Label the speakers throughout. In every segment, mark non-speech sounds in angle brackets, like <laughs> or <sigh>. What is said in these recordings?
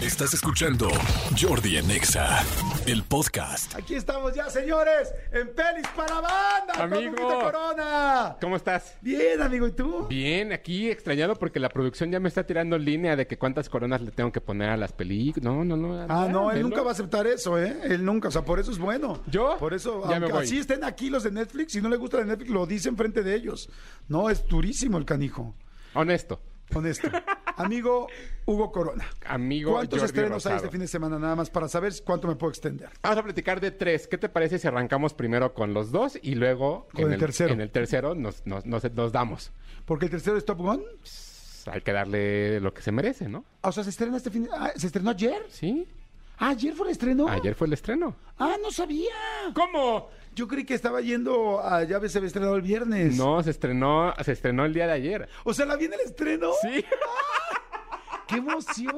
Speaker 1: Estás escuchando Jordi en Exa, el podcast.
Speaker 2: Aquí estamos ya, señores, en Pelis para Banda. con
Speaker 3: Amigo.
Speaker 2: Huguito Corona.
Speaker 3: ¿Cómo estás?
Speaker 2: Bien, amigo, ¿y tú?
Speaker 3: Bien, aquí extrañado porque la producción ya me está tirando línea de que cuántas coronas le tengo que poner a las películas. No, no, no.
Speaker 2: Ah, no, él
Speaker 3: velo.
Speaker 2: nunca va a aceptar eso, ¿eh? Él nunca, o sea, por eso es bueno.
Speaker 3: ¿Yo?
Speaker 2: Por eso,
Speaker 3: Ya me
Speaker 2: aunque
Speaker 3: voy.
Speaker 2: así estén aquí los de Netflix, si no le gusta de Netflix, lo dicen frente de ellos. No, es durísimo el canijo,
Speaker 3: Honesto. <laughs>
Speaker 2: honesto. amigo Hugo Corona.
Speaker 3: Amigo
Speaker 2: ¿Cuántos
Speaker 3: Jordi
Speaker 2: estrenos hay
Speaker 3: Rosado.
Speaker 2: este fin de semana nada más para saber cuánto me puedo extender?
Speaker 3: Vamos a platicar de tres. ¿Qué te parece si arrancamos primero con los dos y luego
Speaker 2: Con el tercero.
Speaker 3: En el tercero nos, nos, nos, nos damos. Pues,
Speaker 2: Porque el tercero es Top Gun.
Speaker 3: Hay que darle lo que se merece, ¿no?
Speaker 2: Ah, O sea, se estrena este fin. ah, ¿Se estrenó ayer?
Speaker 3: Sí.
Speaker 2: Ah, ayer fue el estreno.
Speaker 3: Ayer fue el estreno.
Speaker 2: Ah, no sabía.
Speaker 3: ¿Cómo?
Speaker 2: Yo creí que estaba yendo a ya se había estrenado el viernes.
Speaker 3: No, se estrenó, se estrenó el día de ayer.
Speaker 2: O sea, la viene el estreno.
Speaker 3: Sí.
Speaker 2: ¡Qué
Speaker 3: <laughs>
Speaker 2: emoción!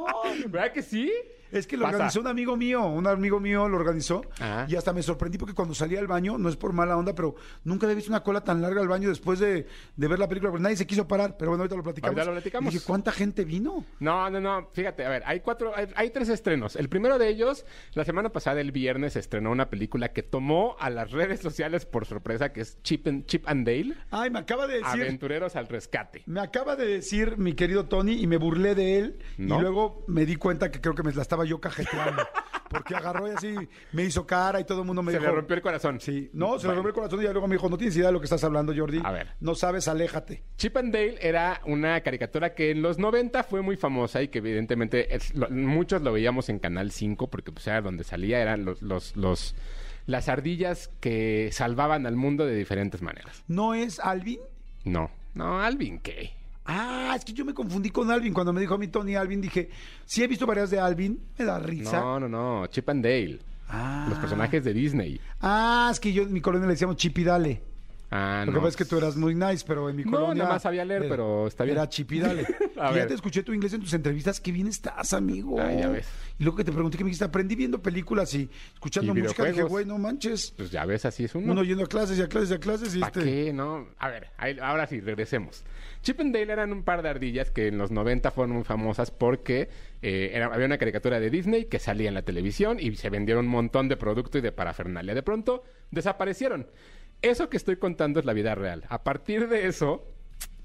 Speaker 3: ¿Verdad que sí?
Speaker 2: Es que lo
Speaker 3: Pasa.
Speaker 2: organizó un amigo mío, un amigo mío lo organizó
Speaker 3: Ah.
Speaker 2: y hasta me sorprendí porque cuando salí al baño, no es por mala onda, pero nunca había visto una cola tan larga al baño después de, de ver la película, porque nadie se quiso parar, pero bueno, ahorita lo platicamos.
Speaker 3: Ahorita lo platicamos.
Speaker 2: Y dije, ¿cuánta gente vino?
Speaker 3: No, no, no. Fíjate, a ver, hay cuatro, hay, hay tres estrenos. El primero de ellos, la semana pasada, el viernes, estrenó una película que tomó a las redes sociales por sorpresa, que es Chip and, Chip and Dale,
Speaker 2: Ay, me acaba de decir,
Speaker 3: Aventureros al Rescate.
Speaker 2: me acaba de decir mi querido Tony y me burlé de él y
Speaker 3: ¿No?
Speaker 2: luego me di cuenta que creo que me la estaba yo cajeteando. <laughs> Porque agarró y así me hizo cara y todo el mundo me
Speaker 3: Se
Speaker 2: dijo.
Speaker 3: le rompió el corazón.
Speaker 2: Sí, no, se le rompió el corazón y ya luego me dijo, no tienes idea de lo que estás hablando, Jordi.
Speaker 3: A ver.
Speaker 2: No sabes, aléjate.
Speaker 3: Chip and Dale era una caricatura que en los 90 fue muy famosa y que evidentemente es- lo- muchos lo veíamos en Canal 5 porque pues era donde salía, eran los, los, los, las ardillas que salvaban al mundo de diferentes maneras.
Speaker 2: ¿No es Alvin?
Speaker 3: No, no, Alvin, ¿qué?
Speaker 2: Ah, es que yo me confundí con Alvin. Cuando me dijo a mí Tony Alvin, dije, sí he visto varias de Alvin, me da risa.
Speaker 3: No, no, no, Chip and Dale.
Speaker 2: Ah.
Speaker 3: Los personajes de Disney.
Speaker 2: Ah, es que yo en mi colonia le decíamos Chipidale.
Speaker 3: Ah,
Speaker 2: Lo que pasa es que tú eras muy nice, pero en mi
Speaker 3: No,
Speaker 2: colonia.
Speaker 3: nada más sabía leer,
Speaker 2: era-
Speaker 3: pero está bien.
Speaker 2: Era
Speaker 3: <laughs>
Speaker 2: Chipidale. Y ya
Speaker 3: A ver.
Speaker 2: te escuché tu inglés en tus entrevistas. Qué bien estás, amigo.
Speaker 3: Ay, ya ves.
Speaker 2: Y luego que te pregunté que me dijiste, aprendí viendo películas y escuchando
Speaker 3: Y
Speaker 2: música. Dije,
Speaker 3: videojuegos.
Speaker 2: güey, no manches.
Speaker 3: Pues ya ves, así es uno.
Speaker 2: Uno yendo a clases y a clases y a clases. Y
Speaker 3: ¿Para
Speaker 2: este...
Speaker 3: qué? No. A ver, ahí- ahora sí, regresemos. Chip and Dale eran un par de ardillas que en los 90 fueron muy famosas porque eh, era- había una caricatura de Disney que salía en la televisión y se vendieron un montón de producto y de parafernalia. De pronto desaparecieron. Eso que estoy contando es la vida real. A partir de eso,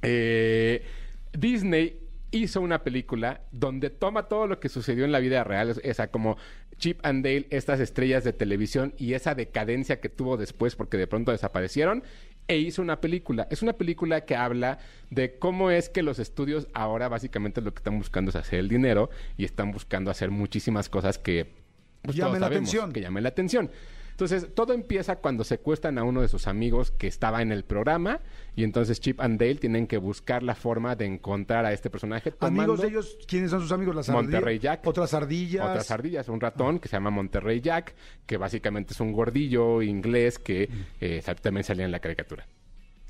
Speaker 3: eh, Disney hizo una película donde toma todo lo que sucedió en la vida real, es- esa como Chip and Dale, estas estrellas de televisión y esa decadencia que tuvo después porque de pronto desaparecieron, e hizo una película. Es una película que habla de cómo es que los estudios ahora básicamente lo que están buscando es hacer el dinero y están buscando hacer muchísimas cosas que pues,
Speaker 2: Llamen
Speaker 3: todos
Speaker 2: la
Speaker 3: sabemos
Speaker 2: atención.
Speaker 3: que llame la atención. Entonces, todo empieza cuando secuestran a uno de sus amigos que estaba en el programa y entonces Chip and Dale tienen que buscar la forma de encontrar a este personaje. tomando
Speaker 2: Amigos de ellos, ¿quiénes son sus amigos? Las ardillas.
Speaker 3: Monterrey Jack.
Speaker 2: Otras ardillas.
Speaker 3: Otras ardillas, un ratón
Speaker 2: Ah.
Speaker 3: que se llama Monterrey Jack, que básicamente es un gordillo inglés que eh, sal- también salía en la caricatura.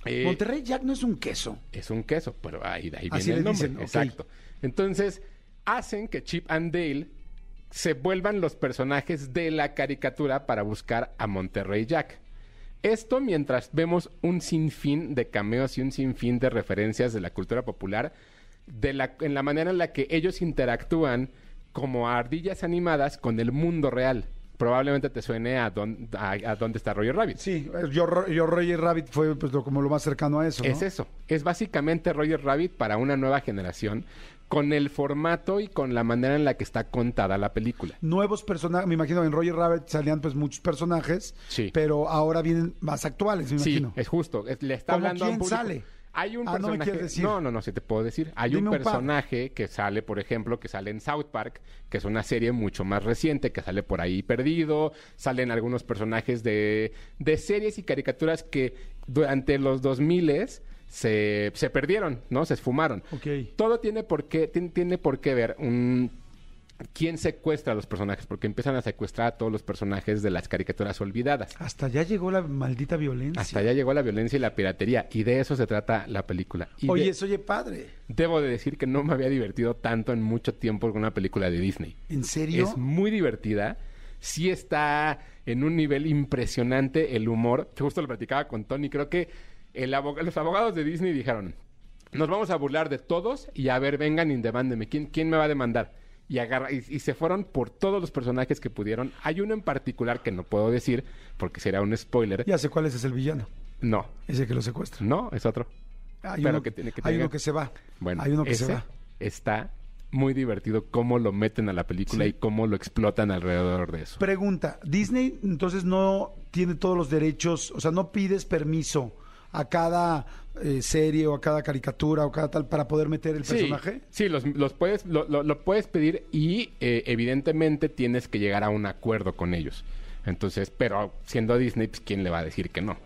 Speaker 3: Eh,
Speaker 2: Mm. Monterrey Jack no es un queso.
Speaker 3: es un queso, pero ahí, de ahí
Speaker 2: Así
Speaker 3: viene
Speaker 2: le
Speaker 3: el nombre.
Speaker 2: dicen, ok.
Speaker 3: Exacto. Entonces, hacen que Chip and Dale se vuelvan los personajes de la caricatura para buscar a Monterrey Jack. Esto mientras vemos un sinfín de cameos y un sinfín de referencias de la cultura popular, de la, en la manera en la que ellos interactúan como ardillas animadas con el mundo real. Probablemente te suene a, don- a, a dónde está Roger Rabbit.
Speaker 2: Sí, eh, yo, Ro- yo Roger Rabbit fue pues, lo- como lo más cercano a eso. ¿no?
Speaker 3: Es eso. Es básicamente Roger Rabbit para una nueva generación con el formato y con la manera en la que está contada la película.
Speaker 2: Nuevos personajes, me imagino, en Roger Rabbit salían pues muchos personajes,
Speaker 3: Sí.
Speaker 2: pero ahora vienen más actuales, me
Speaker 3: Sí,
Speaker 2: imagino.
Speaker 3: es justo. Es- le está
Speaker 2: ¿Cómo
Speaker 3: hablando a un
Speaker 2: quién
Speaker 3: público.
Speaker 2: sale?
Speaker 3: Hay un
Speaker 2: Ah, no me
Speaker 3: personaje.
Speaker 2: quieres decir.
Speaker 3: no, no, no, sí te puedo decir. Hay
Speaker 2: Dime
Speaker 3: un
Speaker 2: un par.
Speaker 3: personaje que sale, por ejemplo, que sale en South Park, que es una serie mucho más reciente, que sale por ahí perdido. Salen algunos personajes de, de series y caricaturas que durante los 2000 se, se perdieron, ¿no? Se esfumaron.
Speaker 2: Ok.
Speaker 3: Todo tiene por qué, tien- tiene por qué ver un quién secuestra a los personajes, porque empiezan a secuestrar a todos los personajes de las caricaturas olvidadas.
Speaker 2: Hasta ya llegó la maldita violencia.
Speaker 3: Hasta allá llegó la violencia y la piratería, y de eso se trata la película. Y
Speaker 2: Oye,
Speaker 3: de-
Speaker 2: eso, oye, padre.
Speaker 3: debo de decir que no me había divertido tanto en mucho tiempo con una película de Disney.
Speaker 2: ¿En serio?
Speaker 3: Es muy divertida. Sí está en un nivel impresionante el humor. Yo justo lo platicaba con Tony. Creo que el aboga- los abogados de Disney dijeron, nos vamos a burlar de todos y a ver, vengan y demándenme. ¿Quién, ¿Quién me va a demandar? y, agarra- y, y se fueron por todos los personajes que pudieron. Hay uno en particular que no puedo decir porque será un spoiler.
Speaker 2: Ya sé cuál es, es el villano.
Speaker 3: No,
Speaker 2: Ese que lo secuestra.
Speaker 3: no, es otro.
Speaker 2: Hay,
Speaker 3: Pero
Speaker 2: uno,
Speaker 3: que tiene que
Speaker 2: hay
Speaker 3: tener-
Speaker 2: uno que se va.
Speaker 3: Bueno,
Speaker 2: hay uno que se
Speaker 3: ese
Speaker 2: va.
Speaker 3: está muy divertido cómo lo meten a la película
Speaker 2: Sí.
Speaker 3: y cómo lo explotan alrededor de eso.
Speaker 2: Pregunta, Disney entonces no tiene todos los derechos, o sea, no pides permiso a cada eh, serie o a cada caricatura o cada tal para poder meter el personaje.
Speaker 3: Sí, los, los puedes, lo, lo- lo puedes pedir y eh, evidentemente tienes que llegar a un acuerdo con ellos. Entonces, pero siendo Disney, pues, ¿quién le va a decir que no?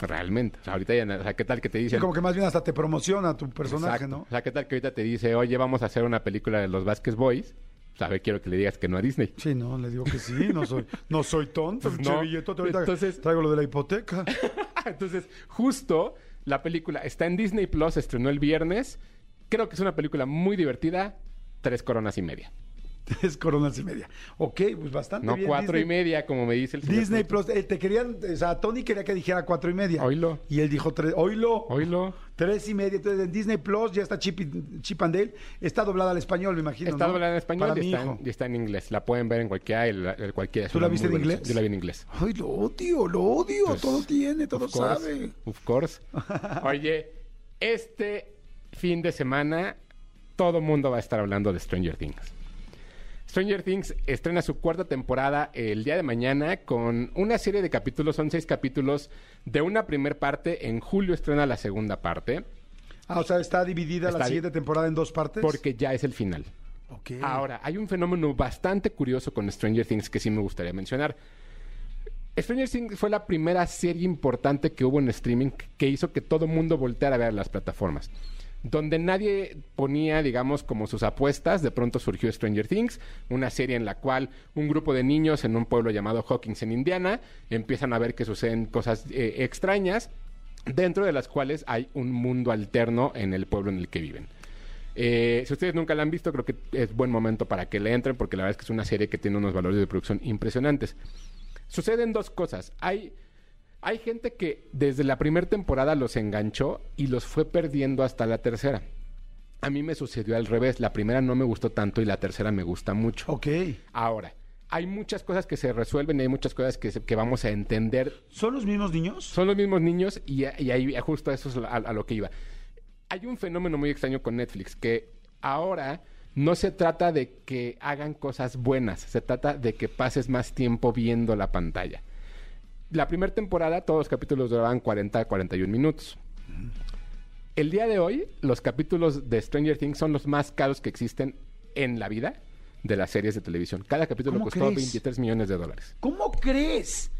Speaker 3: Realmente. O sea, ahorita ya, na- o sea, ¿qué tal que te
Speaker 2: Sí,
Speaker 3: dicen?
Speaker 2: como que más bien hasta te promociona tu personaje,
Speaker 3: Exacto.
Speaker 2: ¿no?
Speaker 3: O sea, ¿qué tal que ahorita te dice, oye, vamos a hacer una película de los Vázquez Boys? Sabe, quiero que le digas que no a Disney. <laughs>
Speaker 2: Sí, no, le digo que sí, no soy, no soy tonto,
Speaker 3: Pues
Speaker 2: pinche
Speaker 3: <laughs> no.
Speaker 2: billetote, ahorita
Speaker 3: Entonces-
Speaker 2: traigo lo de la hipoteca. <laughs>
Speaker 3: Entonces, justo la película está en Disney Plus, se estrenó el viernes. Creo que es una película muy divertida. Tres coronas y media.
Speaker 2: Tres coronas y media. Ok, pues bastante
Speaker 3: No
Speaker 2: bien.
Speaker 3: cuatro y
Speaker 2: Disney-
Speaker 3: media, como me dice el señor
Speaker 2: Disney
Speaker 3: Pluto.
Speaker 2: Plus, eh, te querían, o sea, Tony quería que dijera cuatro y media.
Speaker 3: Oílo.
Speaker 2: Y él dijo tres, oílo.
Speaker 3: Oílo.
Speaker 2: Tres y media. Entonces en Disney Plus ya está Chip, y- Chip and Dale. Está doblada al español, me imagino.
Speaker 3: Está
Speaker 2: ¿no?
Speaker 3: doblada en español
Speaker 2: Para
Speaker 3: y
Speaker 2: mi
Speaker 3: está,
Speaker 2: hijo.
Speaker 3: en- y está en inglés. La pueden ver en cualquiera. el- el cualquiera. Es
Speaker 2: ¿Tú la
Speaker 3: una
Speaker 2: viste
Speaker 3: muy
Speaker 2: en
Speaker 3: buena
Speaker 2: inglés?
Speaker 3: opción. Yo la vi en inglés.
Speaker 2: Ay, lo odio, lo odio.
Speaker 3: Pues,
Speaker 2: todo tiene, todo
Speaker 3: Of course,
Speaker 2: sabe. <laughs>
Speaker 3: Of course. Oye, este fin de semana todo mundo va a estar hablando de Stranger Things. Stranger Things estrena su cuarta temporada el día de mañana con una serie de capítulos, son seis capítulos de una primer parte. En julio estrena la segunda parte
Speaker 2: Ah, o sea, está dividida
Speaker 3: Está
Speaker 2: la
Speaker 3: di-
Speaker 2: siguiente temporada en dos partes.
Speaker 3: porque ya es el final.
Speaker 2: Ok.
Speaker 3: Ahora, hay un fenómeno bastante curioso con Stranger Things que sí me gustaría mencionar. Stranger Things fue la primera serie importante que hubo en streaming que hizo que todo mundo volteara a ver las plataformas. Donde nadie ponía, digamos, como sus apuestas, de pronto surgió Stranger Things, una serie en la cual un grupo de niños en un pueblo llamado Hawkins en Indiana empiezan a ver que suceden cosas eh, extrañas, dentro de las cuales hay un mundo alterno en el pueblo en el que viven. Eh, si ustedes nunca la han visto, creo que es buen momento para que le entren, porque la verdad es que es una serie que tiene unos valores de producción impresionantes. Suceden dos cosas. Hay, hay gente que desde la primera temporada los enganchó y los fue perdiendo hasta la tercera. A mí me sucedió al revés. La primera no me gustó tanto y la tercera me gusta mucho.
Speaker 2: Ok.
Speaker 3: Ahora, hay muchas cosas que se resuelven y hay muchas cosas que, se- que vamos a entender
Speaker 2: ¿Son los mismos niños?
Speaker 3: son los mismos niños y, a- y ahí justo a eso es a, a lo que iba. Hay un fenómeno muy extraño con Netflix que ahora no se trata de que hagan cosas buenas, se trata de que pases más tiempo viendo la pantalla. La primera temporada todos los capítulos duraban 40 a 41 minutos. El día de hoy los capítulos de Stranger Things son los más caros que existen en la vida de las series de televisión. Cada capítulo
Speaker 2: ¿Cómo
Speaker 3: costó
Speaker 2: crees?
Speaker 3: 23 millones de dólares.
Speaker 2: ¿Cómo crees?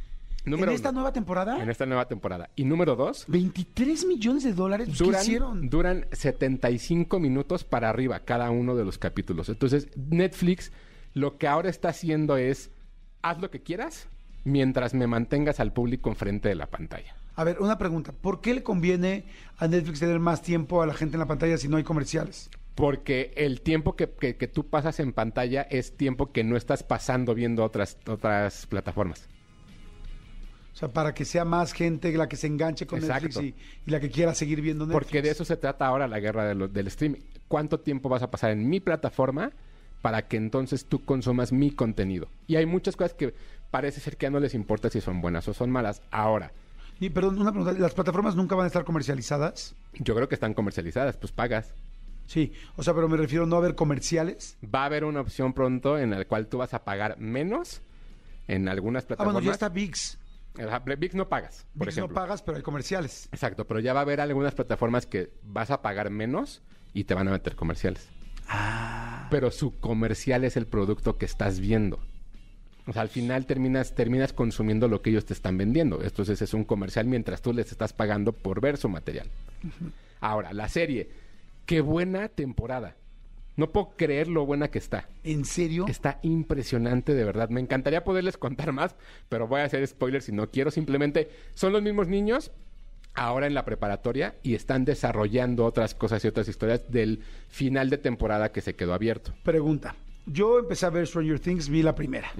Speaker 3: Número
Speaker 2: ¿En esta
Speaker 3: uno.
Speaker 2: nueva temporada?
Speaker 3: en esta nueva temporada. Y número dos,
Speaker 2: 23 millones de dólares ¿qué
Speaker 3: duran,
Speaker 2: hicieron?
Speaker 3: duran 75 minutos para arriba cada uno de los capítulos. Entonces, Netflix lo que ahora está haciendo es, haz lo que quieras mientras me mantengas al público enfrente de la pantalla.
Speaker 2: A ver, una pregunta. ¿Por qué le conviene a Netflix tener más tiempo a la gente en la pantalla si no hay comerciales?
Speaker 3: Porque el tiempo que, que- que tú pasas en pantalla es tiempo que no estás pasando viendo otras, otras plataformas.
Speaker 2: O sea, para que sea más gente la que se enganche con Netflix
Speaker 3: Exacto.
Speaker 2: y, y la que quiera seguir viendo Netflix.
Speaker 3: Porque de eso se trata ahora la guerra de lo- del streaming. ¿Cuánto tiempo vas a pasar en mi plataforma para que entonces tú consumas mi contenido? Y hay muchas cosas que parece ser que ya no les importa si son buenas o son malas. Ahora,
Speaker 2: Y perdón, una pregunta. ¿Las plataformas nunca van a estar comercializadas?
Speaker 3: yo creo que están comercializadas, pues pagas.
Speaker 2: Sí. O sea, pero me refiero no a ver comerciales.
Speaker 3: Va a haber una opción pronto en la cual tú vas a pagar menos en algunas
Speaker 2: Ah, bueno,
Speaker 3: plataformas.
Speaker 2: ya está VIX.
Speaker 3: Ajá, VIX no pagas, por
Speaker 2: VIX no
Speaker 3: ejemplo.
Speaker 2: pagas, pero hay comerciales.
Speaker 3: Exacto, pero ya va a haber algunas plataformas que vas a pagar menos y te van a meter comerciales. Pero su comercial es el producto que estás viendo. O sea, al final terminas, terminas consumiendo lo que ellos te están vendiendo. Entonces es un comercial mientras tú les estás pagando por ver su material. Ahora, la serie. Qué buena temporada. No puedo creer lo buena que está.
Speaker 2: ¿En serio?
Speaker 3: Está impresionante, de verdad. Me encantaría poderles contar más, pero voy a hacer spoilers si no quiero. Simplemente son los mismos niños ahora en la preparatoria y están desarrollando otras cosas y otras historias del final de temporada que se quedó abierto.
Speaker 2: Pregunta. Yo empecé a ver Stranger Things, vi la primera,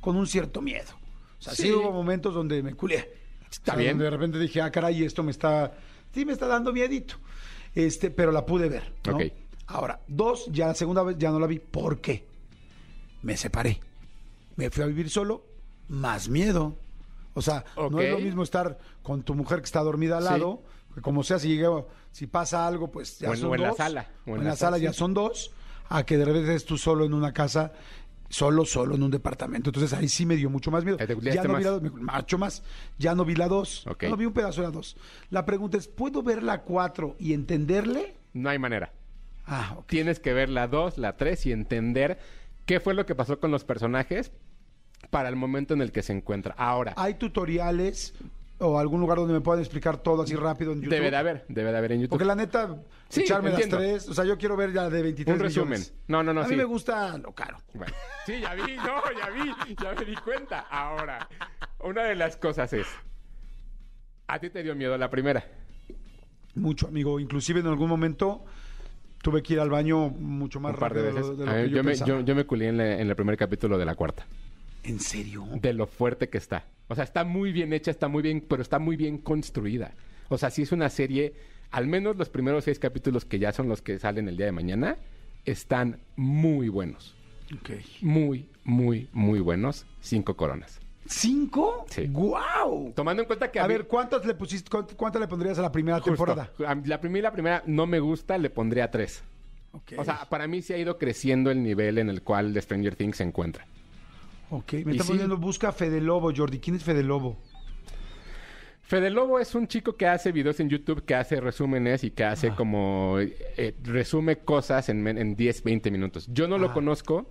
Speaker 2: con un cierto miedo. O sea, sí.
Speaker 3: Sí.
Speaker 2: hubo momentos donde me culé.
Speaker 3: Está
Speaker 2: O sea,
Speaker 3: bien.
Speaker 2: donde de repente dije, ah, caray, esto me está, sí me está dando miedito. Este, pero la pude ver. ¿no?
Speaker 3: Ok.
Speaker 2: Ahora, dos, ya la segunda vez ya no la vi. ¿Por qué? Me separé. Me fui a vivir solo, más miedo. O sea, no es lo
Speaker 3: Ok.
Speaker 2: mismo estar con tu mujer que está dormida al
Speaker 3: Sí.
Speaker 2: lado, que como sea, si llega, si pasa algo, pues ya
Speaker 3: O en-
Speaker 2: son
Speaker 3: o en la
Speaker 2: dos.
Speaker 3: sala,
Speaker 2: O en la sala ya
Speaker 3: sí.
Speaker 2: son dos, a que de repente estés tú solo en una casa, solo, solo en un departamento. Entonces ahí sí me dio mucho más miedo.
Speaker 3: Ahí te culiaste
Speaker 2: Ya no vi
Speaker 3: más.
Speaker 2: la dos, me macho más. Ya no vi la dos.
Speaker 3: Ok.
Speaker 2: No vi un pedazo de la dos. La pregunta es, ¿puedo ver la cuatro y entenderle?
Speaker 3: No hay manera.
Speaker 2: Ah, ok.
Speaker 3: Tienes que ver la 2, la 3 y entender qué fue lo que pasó con los personajes para el momento en el que se encuentra. Ahora,
Speaker 2: ¿Hay tutoriales o algún lugar donde me puedan explicar todo así rápido en YouTube?
Speaker 3: debe de haber, debe de haber en YouTube.
Speaker 2: Porque la neta,
Speaker 3: Sí,
Speaker 2: echarme
Speaker 3: entiendo.
Speaker 2: las tres, o sea, yo quiero ver ya de 23
Speaker 3: Un resumen.
Speaker 2: millones.
Speaker 3: No, no, no,
Speaker 2: A
Speaker 3: sí.
Speaker 2: mí me gusta lo caro.
Speaker 3: Bueno. Sí, ya vi, no, ya vi, ya me di cuenta. Ahora, una de las cosas es, a ti te dio miedo la primera.
Speaker 2: Mucho, amigo. Inclusive en algún momento tuve que ir al baño mucho más
Speaker 3: Un par de
Speaker 2: rápido de
Speaker 3: veces.
Speaker 2: lo, de lo
Speaker 3: A
Speaker 2: que
Speaker 3: mí-
Speaker 2: yo,
Speaker 3: yo, me,
Speaker 2: pensaba.
Speaker 3: yo- yo me culié en, la- en el primer capítulo de la cuarta.
Speaker 2: ¿En serio?
Speaker 3: de lo fuerte que está. O sea, está muy bien hecha, está muy bien, pero está muy bien construida. O sea, sí es una serie, al menos los primeros seis capítulos que ya son los que salen el día de mañana, están muy buenos.
Speaker 2: Ok.
Speaker 3: Muy, muy, muy buenos. Cinco coronas.
Speaker 2: ¿Cinco?
Speaker 3: Sí.
Speaker 2: ¡Guau!
Speaker 3: Tomando en cuenta que...
Speaker 2: A
Speaker 3: mí-
Speaker 2: ver, ¿cuántas le pusiste, cuánt- cuántas le pondrías a la primera
Speaker 3: justo,
Speaker 2: temporada?
Speaker 3: a mí La primera, la primera no me gusta, le pondría tres.
Speaker 2: Ok.
Speaker 3: O sea, para mí sí ha ido creciendo el nivel en el cual The Stranger Things se encuentra.
Speaker 2: ok. Me
Speaker 3: y
Speaker 2: está
Speaker 3: sí.
Speaker 2: poniendo busca Fede Lobo, Jordi. ¿Quién es Fede Lobo?
Speaker 3: Fede Lobo es un chico que hace videos en YouTube, que hace resúmenes y que hace como... eh, resume cosas en, men- en 10, 20 minutos. Yo no lo
Speaker 2: Ah.
Speaker 3: conozco,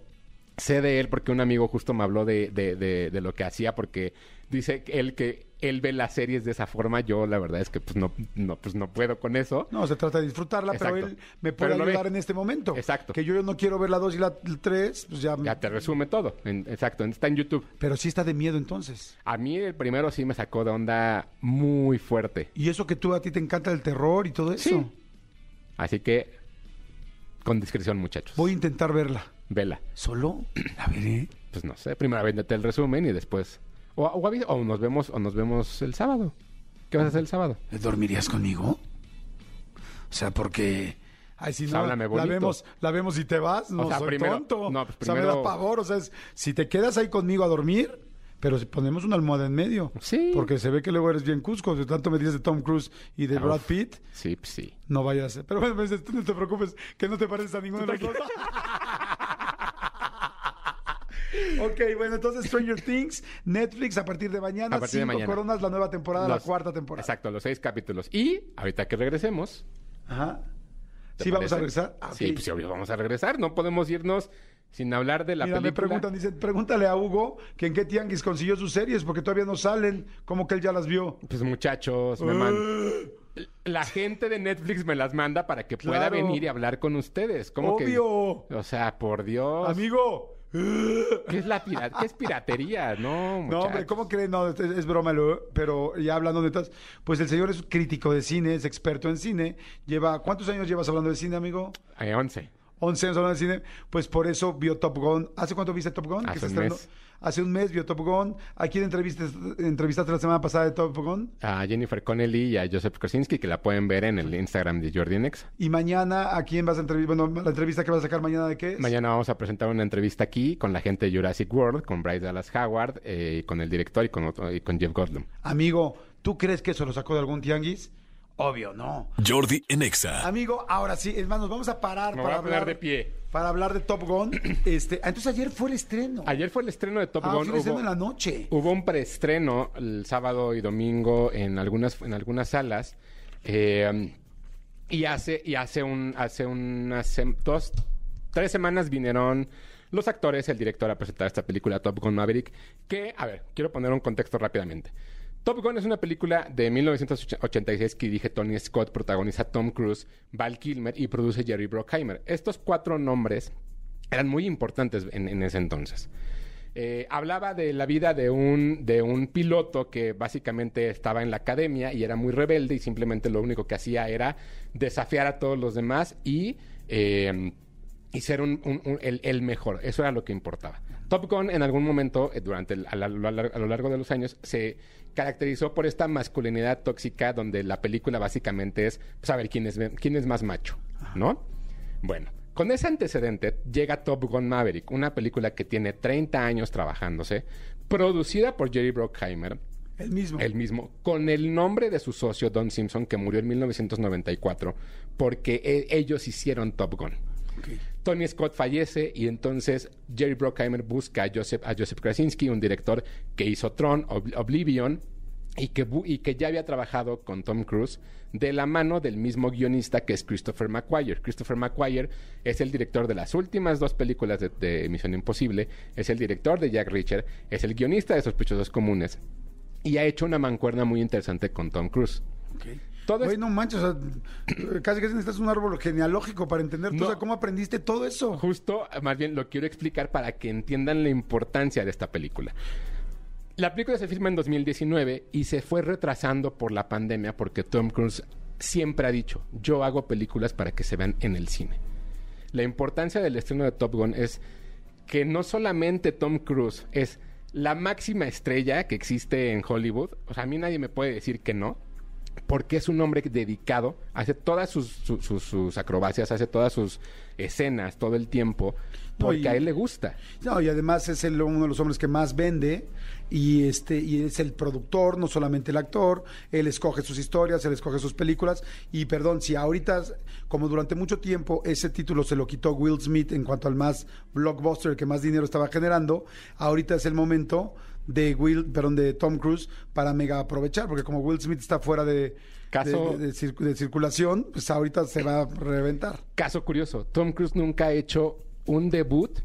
Speaker 3: sé de él porque un amigo justo me habló de, de- de- de lo que hacía porque dice que él que él ve las series de esa forma. Yo la verdad es que pues no, no, pues, no puedo con eso.
Speaker 2: No, se trata de disfrutarla, pero
Speaker 3: Exacto.
Speaker 2: él me puede
Speaker 3: Pero lo ve.
Speaker 2: ayudar en este momento.
Speaker 3: Exacto.
Speaker 2: Que yo no quiero ver la 2 y la 3, pues ya...
Speaker 3: Ya te resume todo. en- exacto, está en YouTube.
Speaker 2: Pero sí está de miedo entonces.
Speaker 3: A mí el primero sí me sacó de onda muy fuerte.
Speaker 2: Y eso que tú a ti te encanta el terror y todo eso.
Speaker 3: Sí. Así que con discreción muchachos.
Speaker 2: Voy a intentar verla.
Speaker 3: Vela.
Speaker 2: ¿Solo? <clears throat> A ver, ¿eh?
Speaker 3: pues no sé, primero véndete el resumen y después o, o avi- o nos vemos o nos vemos el sábado. ¿Qué vas a hacer el sábado?
Speaker 2: ¿Dormirías conmigo? O sea, porque... Ay, si
Speaker 3: Pues
Speaker 2: no,
Speaker 3: háblame
Speaker 2: la
Speaker 3: bonito.
Speaker 2: vemos, la vemos y te vas, no
Speaker 3: sea,
Speaker 2: soy
Speaker 3: primero-
Speaker 2: tonto.
Speaker 3: no, pues
Speaker 2: O sea, me
Speaker 3: primero-
Speaker 2: da pavor, o sea, es- si te quedas ahí conmigo a dormir, pero si ponemos una almohada en medio.
Speaker 3: Sí.
Speaker 2: Porque se ve que luego eres bien cusco, de tanto me dices de Tom Cruise y de
Speaker 3: Uf.
Speaker 2: Brad Pitt,
Speaker 3: Sí, pues sí.
Speaker 2: no vayas a ser. Pero bueno, me dices, tú no te preocupes, que no te pareces a ninguno de los dos. <laughs> Ok, bueno, entonces Stranger Things, Netflix a partir de mañana,
Speaker 3: A partir de
Speaker 2: cinco
Speaker 3: mañana.
Speaker 2: coronas, la nueva temporada, la
Speaker 3: Los-
Speaker 2: cuarta temporada.
Speaker 3: Exacto, los seis capítulos. Y ahorita que regresemos.
Speaker 2: Ajá.
Speaker 3: ¿te
Speaker 2: Sí, vamos a
Speaker 3: parece?
Speaker 2: regresar. Ah,
Speaker 3: Sí,
Speaker 2: ok.
Speaker 3: pues sí, obvio, vamos a regresar. No podemos irnos sin hablar de la
Speaker 2: Mira, me
Speaker 3: película.
Speaker 2: preguntan, dicen, pregúntale a Hugo que en qué tianguis consiguió sus series, porque todavía no salen, como que él ya las vio.
Speaker 3: Pues muchachos, me man- La gente de Netflix me las manda para que pueda
Speaker 2: Claro.
Speaker 3: venir y hablar con ustedes. ¿Cómo que-
Speaker 2: Obvio.
Speaker 3: O sea, por Dios.
Speaker 2: Amigo.
Speaker 3: ¿Qué es la pira- ¿Qué es piratería? No,
Speaker 2: <laughs> No, hombre,
Speaker 3: muchachos.
Speaker 2: ¿cómo creen? No, es, es broma, lo- pero ya hablando de estas, pues el señor es crítico de cine, es experto en cine. Lleva, ¿cuántos años llevas hablando de cine, amigo?
Speaker 3: Eh, 11.
Speaker 2: 11 años hablando de cine, pues por eso vio Top Gun. ¿Hace cuánto viste Top Gun?
Speaker 3: Hace
Speaker 2: se
Speaker 3: un
Speaker 2: estrenó?
Speaker 3: mes.
Speaker 2: Hace un mes vio Top Gun. ¿A quién entrevistas- entrevistaste la semana pasada de Top Gun?
Speaker 3: a Jennifer Connelly y a Joseph Kosinski, que la pueden ver en el Instagram de Jordi Nexa.
Speaker 2: Y mañana, ¿a quién vas a entrevistar? Bueno, la entrevista que vas a sacar mañana de qué es?
Speaker 3: Mañana vamos a presentar una entrevista aquí con la gente de Jurassic World, con Bryce Dallas Howard, eh, y con el director y con, otro- y con Jeff Goldblum.
Speaker 2: Amigo, ¿tú crees que eso lo sacó de algún tianguis? Obvio, no.
Speaker 1: Jordi en Exa.
Speaker 2: Amigo, ahora sí, es más, nos vamos a parar
Speaker 3: Me
Speaker 2: para
Speaker 3: voy a poner
Speaker 2: hablar
Speaker 3: de pie.
Speaker 2: Para hablar de Top
Speaker 3: <clears throat>
Speaker 2: Gun. Este, ah, entonces ayer fue el estreno.
Speaker 3: Ayer fue el estreno de Top
Speaker 2: Ah,
Speaker 3: Gun.
Speaker 2: fue el estreno en la
Speaker 3: Hubo,
Speaker 2: noche.
Speaker 3: hubo un preestreno el sábado y domingo en algunas, en algunas salas. eh, y hace, y hace un, hace unas sem- dos, tres semanas vinieron los actores, el director a presentar esta película Top Gun Maverick, que, a ver, quiero poner un contexto rápidamente. Top Gun es una película de 1986 que dirige Tony Scott, protagoniza Tom Cruise, Val Kilmer y produce Jerry Bruckheimer. Estos cuatro nombres eran muy importantes en- en ese entonces. Eh, hablaba de la vida de un, de un piloto que básicamente estaba en la academia y era muy rebelde y simplemente lo único que hacía era desafiar a todos los demás y, eh, y ser un- un- un- el, el mejor. Eso era lo que importaba. Top Gun en algún momento, eh, durante el- a, la- a lo lar- a lo largo de los años, se caracterizó por esta masculinidad pues, tóxica donde la película básicamente es saber quién es, quién es más macho, ¿no? Bueno, con ese antecedente llega Top Gun Maverick, una película que tiene 30 años trabajándose, producida por Jerry Bruckheimer,
Speaker 2: El mismo.
Speaker 3: el mismo, con el nombre de su socio Don Simpson, que murió en 1994, porque e- ellos hicieron Top Gun. Tony Scott fallece y entonces Jerry Bruckheimer busca a Joseph, a Joseph Krasinski, un director que hizo Tron, Ob- Oblivion, y que, bu- y que ya había trabajado con Tom Cruise de la mano del mismo guionista que es Christopher McQuire. Christopher McQuire es el director de las últimas dos películas de, de Misión Imposible, es el director de Jack Reacher, es el guionista de Sospechosos Comunes y ha hecho una mancuerna muy interesante con Tom Cruise. Todo
Speaker 2: Güey,
Speaker 3: es-
Speaker 2: no manches, o sea, <clears throat> casi que necesitas un árbol genealógico para entender tú,
Speaker 3: No.
Speaker 2: o sea, cómo aprendiste todo eso.
Speaker 3: Justo, más bien lo quiero explicar para que entiendan la importancia de esta película. La película se firma en 2019 y se fue retrasando por la pandemia porque Tom Cruise siempre ha dicho, yo hago películas para que se vean en el cine. La importancia del estreno de Top Gun es que no solamente Tom Cruise es la máxima estrella que existe en Hollywood, o sea, a mí nadie me puede decir que no, porque es un hombre dedicado, hace todas sus, su- sus- sus acrobacias, hace todas sus escenas todo el tiempo, porque
Speaker 2: y-
Speaker 3: a él le gusta.
Speaker 2: No, y además es el- uno de los hombres que más vende y este y es el productor, no solamente el actor, él escoge sus historias, él escoge sus películas y perdón, si ahorita como durante mucho tiempo ese título se lo quitó Will Smith en cuanto al más blockbuster, el que más dinero estaba generando, ahorita es el momento de Will, perdón, de Tom Cruise para mega aprovechar, porque como Will Smith está fuera de
Speaker 3: Caso-
Speaker 2: de- de- de circu- de circulación, pues ahorita se va a reventar.
Speaker 3: Caso curioso, Tom Cruise nunca ha hecho un debut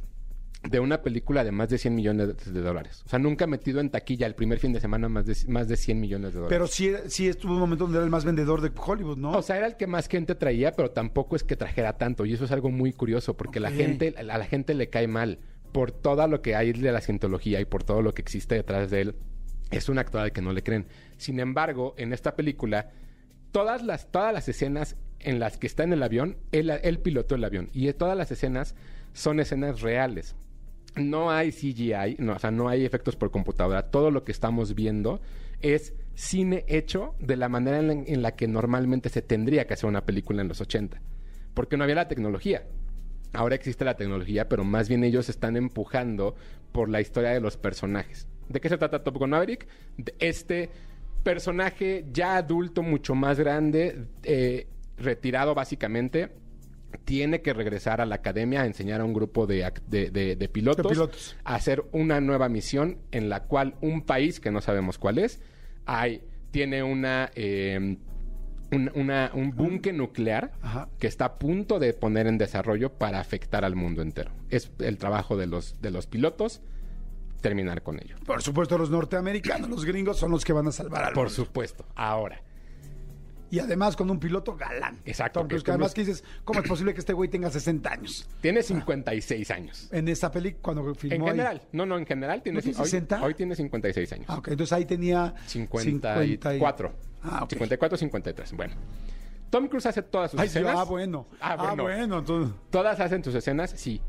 Speaker 3: de una película de más de 100 millones de, de dólares. O sea, nunca ha metido en taquilla el primer fin de semana más de, más de 100 millones de dólares.
Speaker 2: Pero sí, sí estuvo un momento donde era el más vendedor de Hollywood, ¿no?
Speaker 3: O sea, era el que más gente traía, pero tampoco es que trajera tanto. Y eso es algo muy curioso, porque la
Speaker 2: Ok.
Speaker 3: gente, a la gente le cae mal por todo lo que hay de la cientología y por todo lo que existe detrás de él. Es un actor al que no le creen. Sin embargo, en esta película, todas las, todas las escenas en las que está en el avión, él, él pilotó el avión. Y todas las escenas son escenas reales. No hay CGI, no, o sea, no hay efectos por computadora. Todo lo que estamos viendo es cine hecho de la manera en la, en la que normalmente se tendría que hacer una película en los 80. Porque no había la tecnología. Ahora existe la tecnología, pero más bien ellos están empujando por la historia de los personajes. ¿De qué se trata Top Gun Maverick? De este personaje ya adulto, mucho más grande, eh, retirado básicamente, tiene que regresar a la academia a enseñar a un grupo de, ac- de- de- de pilotos,
Speaker 2: De pilotos.
Speaker 3: a hacer una nueva misión en la cual un país que no sabemos cuál es, hay, tiene una, eh, un, una- un búnker nuclear
Speaker 2: Ajá.
Speaker 3: que está a punto de poner en desarrollo para afectar al mundo entero. Es el trabajo de los, de los pilotos terminar con ello.
Speaker 2: Por supuesto, los norteamericanos, los gringos, son los que van a salvar al
Speaker 3: Por
Speaker 2: mundo.
Speaker 3: supuesto. Ahora,
Speaker 2: Y además con un piloto galán.
Speaker 3: Exacto,
Speaker 2: Tom Cruise,
Speaker 3: que
Speaker 2: que además
Speaker 3: Tom
Speaker 2: que dices, ¿cómo es posible que este güey tenga 60 años?
Speaker 3: tiene 56 años.
Speaker 2: En esta película, cuando filmó
Speaker 3: En
Speaker 2: ahí.
Speaker 3: general, no, no, en general tiene,
Speaker 2: ¿No tiene
Speaker 3: hoy-
Speaker 2: 60?
Speaker 3: Hoy, tiene 56 años.
Speaker 2: Ah, ok, entonces ahí tenía...
Speaker 3: 54.
Speaker 2: 50 y- Ah, ok.
Speaker 3: 54, 53. Bueno. Tom Cruise hace todas sus
Speaker 2: Ay, yo-
Speaker 3: escenas.
Speaker 2: ah, bueno.
Speaker 3: Ah, bueno.
Speaker 2: entonces-
Speaker 3: Todas hacen sus escenas, sí.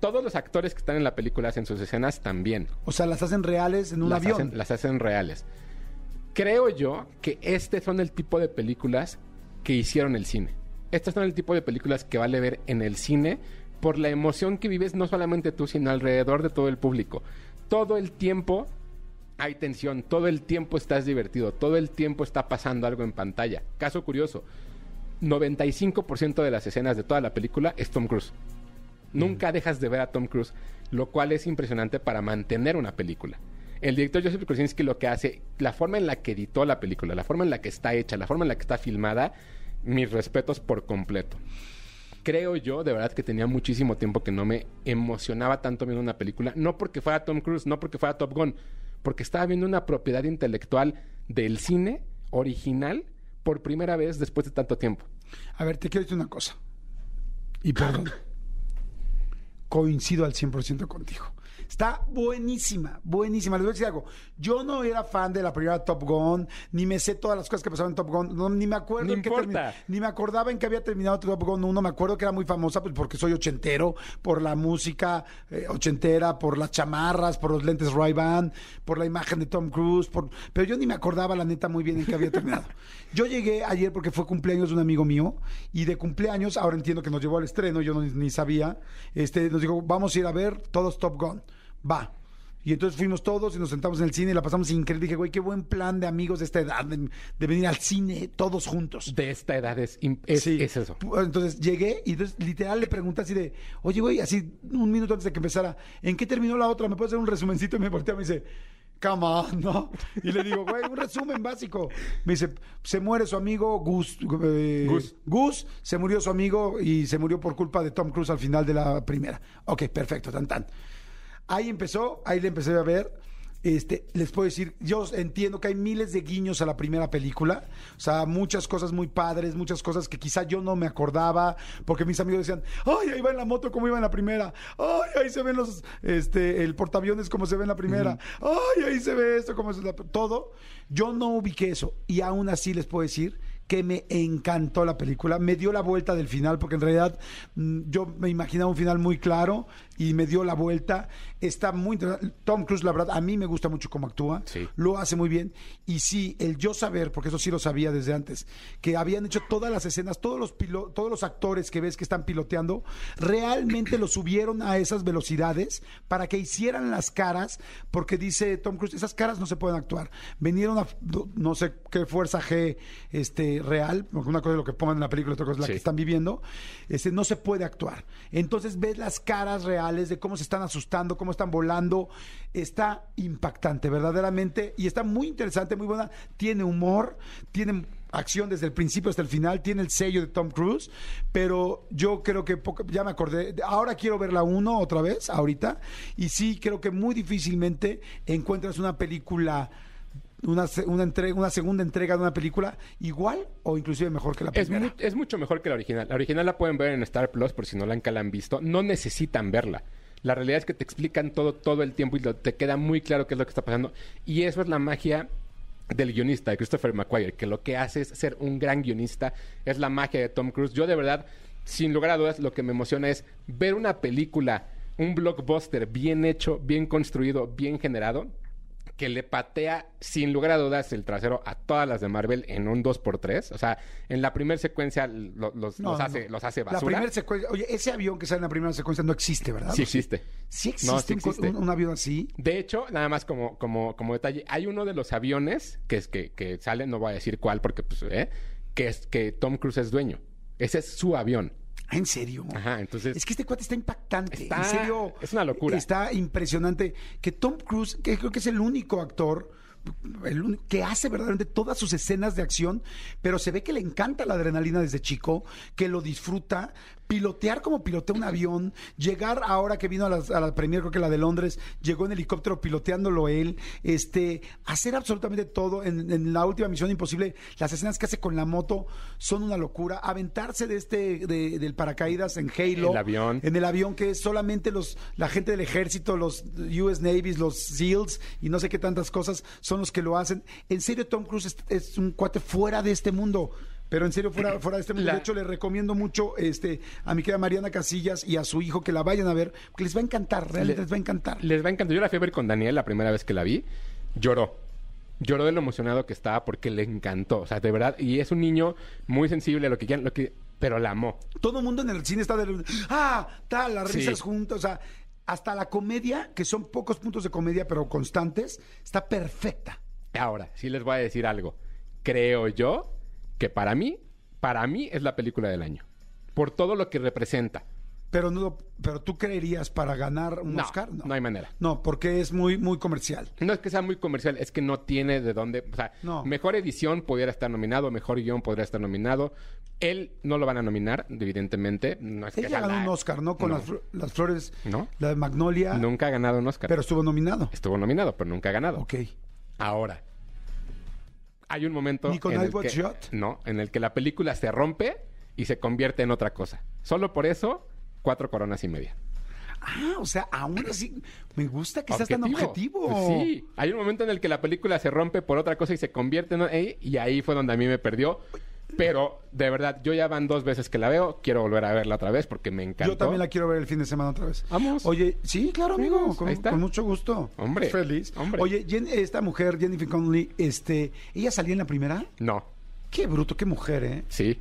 Speaker 3: Todos los actores que están en la película hacen sus escenas también.
Speaker 2: O sea, las hacen reales en un
Speaker 3: las
Speaker 2: avión.
Speaker 3: Hacen, las hacen reales. Creo yo que este son el tipo de películas que hicieron el cine. Estas son el tipo de películas que vale ver en el cine por la emoción que vives no solamente tú, sino alrededor de todo el público. Todo el tiempo hay tensión, todo el tiempo estás divertido, todo el tiempo está pasando algo en pantalla. Caso curioso, 95% de las escenas de toda la película es Tom Cruise. Nunca dejas de ver a Tom Cruise, lo cual es impresionante para mantener una película. El director Joseph Kosinski lo que hace, la forma en la que editó la película, la forma en la que está hecha, la forma en la que está filmada, mis respetos por completo. Creo yo, de verdad, que tenía muchísimo tiempo que no me emocionaba tanto viendo una película, no porque fuera Tom Cruise, no porque fuera Top Gun, porque estaba viendo una propiedad intelectual del cine original por primera vez después de tanto tiempo.
Speaker 2: A ver, te quiero decir una cosa. Y perdón. Coincido al 100% contigo. Está buenísima, buenísima. Les voy a decir algo. Yo no era fan de la primera Top Gun, ni me sé todas las cosas que pasaban en Top Gun, no, ni me acuerdo
Speaker 3: No
Speaker 2: en qué
Speaker 3: importa.
Speaker 2: termi- ni me acordaba en qué había terminado Top Gun 1, me acuerdo que era muy famosa pues, porque soy ochentero, por la música eh, ochentera, por las chamarras, por los lentes Ray-Ban, por la imagen de Tom Cruise, por... pero yo ni me acordaba la neta muy bien en qué había terminado. Yo llegué ayer porque fue cumpleaños de un amigo mío y de cumpleaños, ahora entiendo que nos llevó al estreno, yo no- ni sabía, este, nos dijo, vamos a ir a ver todos Top Gun, va. Y entonces fuimos todos y nos sentamos en el cine y la pasamos increíble. Dije, güey, qué buen plan de amigos de esta edad, de- de venir al cine todos juntos.
Speaker 3: De esta edad es, im- es,
Speaker 2: Sí.
Speaker 3: es eso.
Speaker 2: Pu- Entonces llegué y entonces, literal le pregunté así de, oye, güey, así un minuto antes de que empezara, ¿en qué terminó la otra? ¿Me puedes hacer un resumencito? Y me voltea y me dice, come on, ¿no? Y le digo, güey, un resumen básico. Me dice, se muere su amigo Gus. eh,
Speaker 3: Gus.
Speaker 2: Gus, se murió su amigo y se murió por culpa de Tom Cruise al final de la primera. Ok, perfecto, tan tan. Ahí empezó, ahí le empecé a ver. Este, les puedo decir, yo entiendo que hay miles de guiños a la primera película, o sea, muchas cosas muy padres, muchas cosas que quizá yo no me acordaba, porque mis amigos decían, ay, ahí va en la moto como iba en la primera, ay, ahí se ven los, este, el portaaviones como se ve en la primera, ay, ahí se ve esto como es la- todo. Yo no ubiqué eso, y aún así les puedo decir que me encantó la película, me dio la vuelta del final, porque en realidad mm, yo me imaginaba un final muy claro y me dio la vuelta. Está muy interesante. Tom Cruise, la verdad, a mí me gusta mucho cómo actúa,
Speaker 3: Sí.
Speaker 2: lo hace muy bien. Y sí, el yo saber, porque eso sí lo sabía desde antes, que habían hecho todas las escenas, todos los, pilo- todos los actores que ves que están piloteando, realmente los subieron a esas velocidades para que hicieran las caras, porque dice Tom Cruise, esas caras no se pueden actuar. Vinieron a no- no sé qué fuerza G este, real, porque una cosa es lo que pongan en la película, otra cosa es la
Speaker 3: Sí.
Speaker 2: que están viviendo, este, no se puede actuar. Entonces ves las caras reales de cómo se están asustando, cómo están volando. Está impactante, verdaderamente, y está muy interesante, muy buena. Tiene humor, tiene acción desde el principio hasta el final, tiene el sello de Tom Cruise, pero yo creo que poca- ya me acordé, ahora quiero ver la 1 otra vez, ahorita, y sí creo que muy difícilmente encuentras una película... Una, se- una, entre- una segunda entrega de una película igual o inclusive mejor que la
Speaker 3: Es,
Speaker 2: primera.
Speaker 3: mu- es mucho mejor que la original. La original la pueden ver en Star Plus por si no la han- que la han visto. No necesitan verla. La realidad es que te explican todo todo el tiempo y lo- te queda muy claro qué es lo que está pasando. Y eso es la magia del guionista, de Christopher McQuire, que lo que hace es ser un gran guionista. Es la magia de Tom Cruise. Yo de verdad, sin lugar a dudas, lo que me emociona es ver una película, un blockbuster bien hecho, bien construido, bien generado que le patea sin lugar a dudas el trasero a todas las de Marvel en un 2x3. O sea, en la primera secuencia lo- los,
Speaker 2: No,
Speaker 3: los
Speaker 2: no,
Speaker 3: hace,
Speaker 2: no.
Speaker 3: los hace
Speaker 2: La
Speaker 3: basura.
Speaker 2: primera secuencia, oye, ese avión que sale en la primera secuencia no existe, ¿verdad?
Speaker 3: sí existe.
Speaker 2: Sí existe,
Speaker 3: No, sí
Speaker 2: un co-
Speaker 3: existe.
Speaker 2: Un, un avión así.
Speaker 3: De hecho, nada más como, como, como detalle, hay uno de los aviones que, es, que, que sale, no voy a decir cuál porque pues, ¿eh? que, es, que Tom Cruise es dueño. Ese es su avión.
Speaker 2: Ah, ¿En serio?
Speaker 3: Ajá, entonces...
Speaker 2: Es que este cuate está impactante.
Speaker 3: Está-
Speaker 2: en serio.
Speaker 3: es una locura.
Speaker 2: Está impresionante. Que Tom Cruise, que creo que es el único actor el único- que hace verdaderamente todas sus escenas de acción, pero se ve que le encanta la adrenalina desde chico, que lo disfruta. Pilotear como pilotea un avión, llegar ahora que vino a, las- a la premier, creo que la de Londres, llegó en helicóptero piloteándolo él, este, hacer absolutamente todo. En, en la última Misión Imposible, las escenas que hace con la moto son una locura. Aventarse de este, de- del paracaídas en Halo.
Speaker 3: El avión.
Speaker 2: En el avión que es solamente los la gente del ejército, los US Navies, los SEALs y no sé qué tantas cosas son los que lo hacen. En serio, Tom Cruise es, es un cuate fuera de este mundo. Pero en serio, fuera, fuera de este mundo.
Speaker 3: La-
Speaker 2: De hecho, le recomiendo mucho este, a mi querida Mariana Casillas y a su hijo que la vayan a ver, que les va a encantar, realmente
Speaker 3: Le-
Speaker 2: les va a encantar.
Speaker 3: Les va a encantar. Yo la fui a ver con Daniel la primera vez que la vi. Lloró. Lloró de lo emocionado que estaba porque le encantó. O sea, de verdad. Y es un niño muy sensible a lo que quieran, lo que... pero la amó.
Speaker 2: Todo el mundo en el cine está de. ¡Ah! Tal, las
Speaker 3: Sí.
Speaker 2: risas juntas. O sea, hasta la comedia, que son pocos puntos de comedia, pero constantes, está perfecta.
Speaker 3: Ahora, sí les voy a decir algo. Creo yo que para mí, para mí es la película del año. Por todo lo que representa.
Speaker 2: Pero no, pero tú creerías para ganar un
Speaker 3: No,
Speaker 2: Oscar, no.
Speaker 3: no hay manera.
Speaker 2: No, porque es muy, muy comercial.
Speaker 3: No es que sea muy comercial, es que no tiene de dónde. O sea,
Speaker 2: No.
Speaker 3: mejor edición pudiera estar nominado, mejor guión podría estar nominado. Él no lo van a nominar, evidentemente. No es que
Speaker 2: Ella
Speaker 3: sea
Speaker 2: ganó
Speaker 3: la-
Speaker 2: un Oscar, ¿no? Con
Speaker 3: No.
Speaker 2: Las, fl- las flores,
Speaker 3: No.
Speaker 2: la de Magnolia,
Speaker 3: Nunca ha ganado un Oscar.
Speaker 2: pero estuvo nominado.
Speaker 3: Estuvo nominado, pero nunca ha ganado.
Speaker 2: Ok.
Speaker 3: Ahora, hay un momento
Speaker 2: ¿Ni con
Speaker 3: en,
Speaker 2: I
Speaker 3: el
Speaker 2: Want
Speaker 3: que,
Speaker 2: Shot?
Speaker 3: no, en el que la película se rompe y se convierte en otra cosa. Solo por eso, cuatro coronas y media.
Speaker 2: Ah, o sea, aún así me gusta que seas tan objetivo.
Speaker 3: Pues sí, hay un momento en el que la película se rompe por otra cosa y se convierte en... eh, Y ahí fue donde a mí me perdió. Pero, de verdad, yo ya van dos veces que la veo. Quiero volver a verla otra vez porque me encantó.
Speaker 2: Yo también la quiero ver el fin de semana otra vez.
Speaker 3: Vamos.
Speaker 2: Oye, sí, claro, amigo.
Speaker 3: Amigos,
Speaker 2: Con,
Speaker 3: ahí está.
Speaker 2: con mucho gusto.
Speaker 3: Hombre,
Speaker 2: Feliz.
Speaker 3: hombre.
Speaker 2: Oye, Jen- esta mujer, Jennifer Connelly, este, ¿ella salía en la primera?
Speaker 3: No,
Speaker 2: Qué bruto, qué mujer, ¿eh?
Speaker 3: sí.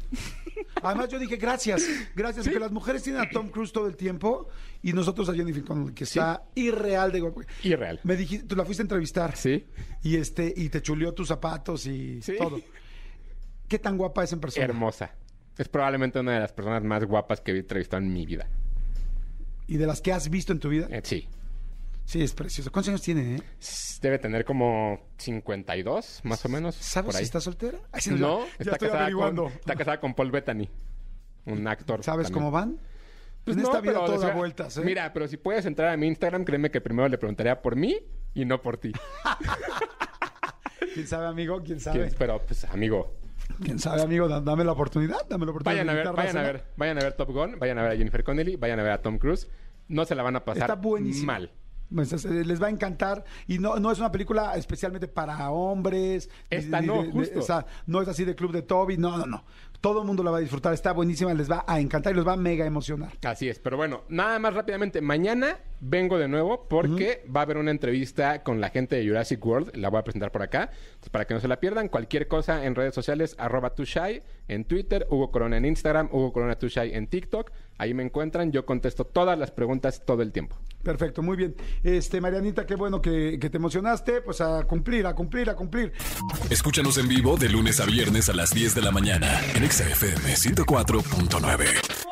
Speaker 2: Además, yo dije gracias, gracias, porque las mujeres tienen a Tom Cruise todo el tiempo y nosotros a Jennifer Connelly, que está irreal de guapo.
Speaker 3: Irreal.
Speaker 2: Me dijiste, tú la fuiste a entrevistar.
Speaker 3: Sí.
Speaker 2: Y este, y te chuleó tus zapatos y
Speaker 3: Sí.
Speaker 2: todo. ¿Qué tan guapa es en persona?
Speaker 3: Hermosa. Es probablemente una de las personas más guapas que he entrevistado en mi vida.
Speaker 2: Y de las que has visto en tu vida.
Speaker 3: Eh, sí.
Speaker 2: Sí, es preciosa. ¿Cuántos años tiene, eh?
Speaker 3: S- Debe tener como 52, más o menos.
Speaker 2: ¿Sabes
Speaker 3: por
Speaker 2: si
Speaker 3: ahí.
Speaker 2: está soltera? Ay, sí,
Speaker 3: No,
Speaker 2: ya- ya
Speaker 3: está,
Speaker 2: estoy
Speaker 3: casada
Speaker 2: averiguando.
Speaker 3: con, está casada con Paul Bettany, un actor.
Speaker 2: ¿Sabes
Speaker 3: también.
Speaker 2: cómo van?
Speaker 3: Pues
Speaker 2: en
Speaker 3: no,
Speaker 2: esta vida
Speaker 3: pero,
Speaker 2: todo
Speaker 3: o sea,
Speaker 2: da vueltas, ¿eh?
Speaker 3: Mira, pero si puedes entrar a mi Instagram, créeme que primero le preguntaría por mí y no
Speaker 2: <laughs>
Speaker 3: por ti.
Speaker 2: ¿Quién sabe, amigo? ¿Quién
Speaker 3: ¿Quién-
Speaker 2: sabe?
Speaker 3: Pero, pues, amigo,
Speaker 2: ¿Quién sabe, amigo? Da- Dame la oportunidad, dame la oportunidad.
Speaker 3: vayan
Speaker 2: de ¿eh?
Speaker 3: a ver,
Speaker 2: invitarla
Speaker 3: vayan a
Speaker 2: cenar.
Speaker 3: ver, vayan a ver Top Gun, vayan a ver a Jennifer Connelly, vayan a ver a Tom Cruise. No se la van a pasar
Speaker 2: Está buenísimo.
Speaker 3: mal.
Speaker 2: Pues, es- les va a encantar. Y no, no es una película especialmente para hombres. ni-
Speaker 3: Esta
Speaker 2: ni
Speaker 3: no,
Speaker 2: de- de-
Speaker 3: justo.
Speaker 2: o sea, no es así de Club de Toby. No, no, no. Todo el mundo la va a disfrutar. Está buenísima, les va a encantar y los va a mega emocionar.
Speaker 3: Así es, pero bueno, nada más rápidamente. Mañana vengo de nuevo porque va a haber una entrevista con la gente de Jurassic World. La voy a presentar por acá. Entonces, para que no se la pierdan, cualquier cosa en redes sociales, arroba Tushai en Twitter, Hugo Corona en Instagram, Hugo Corona Tushai en TikTok. Ahí me encuentran. Yo contesto todas las preguntas todo el tiempo.
Speaker 2: Perfecto, muy bien. Este, Marianita, qué bueno que, que te emocionaste. Pues a cumplir, a cumplir, a cumplir.
Speaker 1: Escúchanos en vivo de lunes a viernes a las 10 de la mañana en Exa FM 104.9.